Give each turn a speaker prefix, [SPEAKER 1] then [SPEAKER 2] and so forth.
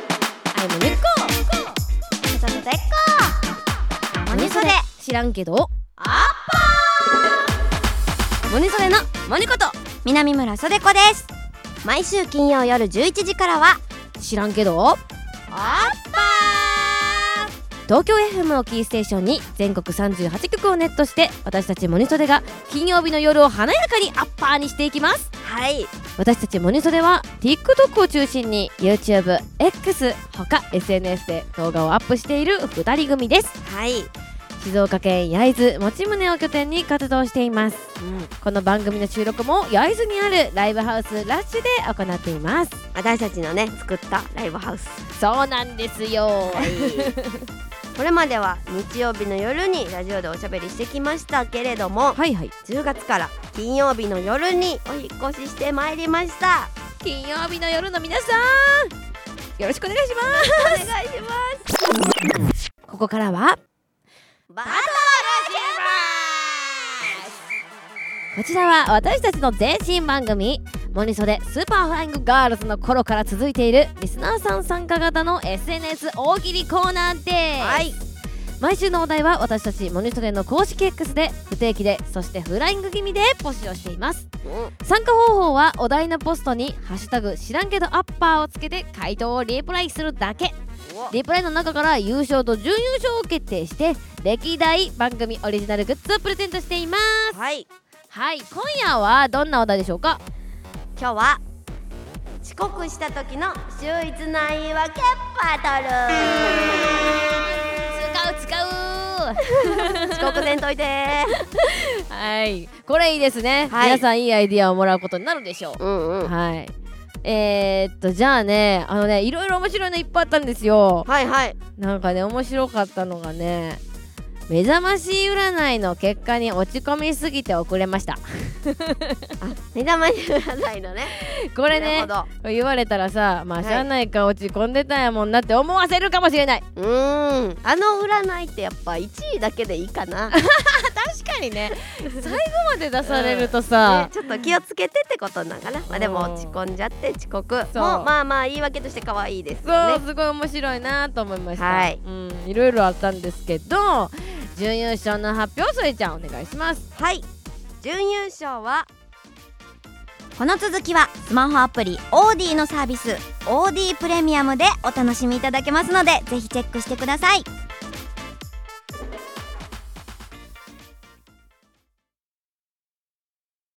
[SPEAKER 1] の根っこ
[SPEAKER 2] そこでっ
[SPEAKER 1] 何それ知らんけど
[SPEAKER 2] アッ
[SPEAKER 1] モニソレのモニこと
[SPEAKER 2] 南村そでこです毎週金曜夜11時からは
[SPEAKER 1] 知らんけど
[SPEAKER 2] アッパ
[SPEAKER 1] 東京 FM をキーステーションに全国38局をネットして私たちモニソレが金曜日の夜を華やかにアッパーにしていきます
[SPEAKER 2] ーはい
[SPEAKER 1] 私たちモニソレは TikTok を中心に YouTubeX 他 SNS で動画をアップしている2人組です
[SPEAKER 2] はい、
[SPEAKER 1] 静岡県焼津持宗を拠点に活動していますこの番組の収録も焼津にあるライブハウスラッシュで行っています
[SPEAKER 2] 私たちのね作ったライブハウス
[SPEAKER 1] そうなんですよ
[SPEAKER 2] これまでは日曜日の夜にラジオでおしゃべりしてきましたけれども
[SPEAKER 1] はいはい
[SPEAKER 2] 10月から金曜日の夜にお引っ越ししてまいりました
[SPEAKER 1] 金曜日の夜の皆さんよろしくお願いし
[SPEAKER 2] お願いします
[SPEAKER 1] ますここからは
[SPEAKER 2] バトル
[SPEAKER 1] こちらは私たちの前身番組モニソでスーパーフライングガールズの頃から続いているリスナーさん参加型の SNS 大喜利コーナーです、
[SPEAKER 2] はい
[SPEAKER 1] 毎週のお題は私たちモニソレの公式 X で不定期でそしてフライング気味で募集をしています参加方法はお題のポストに「ハッシュタグ知らんけどアッパー」をつけて回答をリプライするだけリプライの中から優勝と準優勝を決定して歴代番組オリジナルグッズをプレゼントしています
[SPEAKER 2] はい
[SPEAKER 1] はい今夜はどんなお題でしょうか
[SPEAKER 2] 今日は遅刻した時の秀逸な言い訳バト
[SPEAKER 1] 使う使う
[SPEAKER 2] ル遅刻せんといて
[SPEAKER 1] はいこれいいですね、
[SPEAKER 2] はい
[SPEAKER 1] 皆さんいいアイディアをもらうことになるでしょう
[SPEAKER 2] うんうん
[SPEAKER 1] はいえー、っとじゃあねあのねいろいろ面白いのいっぱいあったんですよ
[SPEAKER 2] はいはい
[SPEAKER 1] なんかね面白かったのがね目覚まし占いの結果に落ち込みすぎて遅れました
[SPEAKER 2] 目玉に占いのね
[SPEAKER 1] これ
[SPEAKER 2] な
[SPEAKER 1] ね
[SPEAKER 2] るほ
[SPEAKER 1] 言われたらさまあ
[SPEAKER 2] はい
[SPEAKER 1] しゃあないか落ち込んでたんやもんなって思わせるかもしれない、
[SPEAKER 2] どうーんあの占いってやっぱ1位だけでいいかなね
[SPEAKER 1] 確かにね 最後まで出されるとさ、
[SPEAKER 2] ちょっと気をつけてってことなんかなまあでも
[SPEAKER 1] うん
[SPEAKER 2] 落ち込んじゃって遅刻も
[SPEAKER 1] そう
[SPEAKER 2] まあまあ言い訳として可愛いです
[SPEAKER 1] そ
[SPEAKER 2] よ
[SPEAKER 1] う、
[SPEAKER 2] ね
[SPEAKER 1] すごい面白いなと思いました、
[SPEAKER 2] はい
[SPEAKER 1] うん、いろいろあったんですけど準優勝の発表それちゃんお願いします
[SPEAKER 2] はい準優勝は
[SPEAKER 3] この続きはスマホアプリ OD のサービス OD プレミアムでお楽しみいただけますのでぜひチェックしてください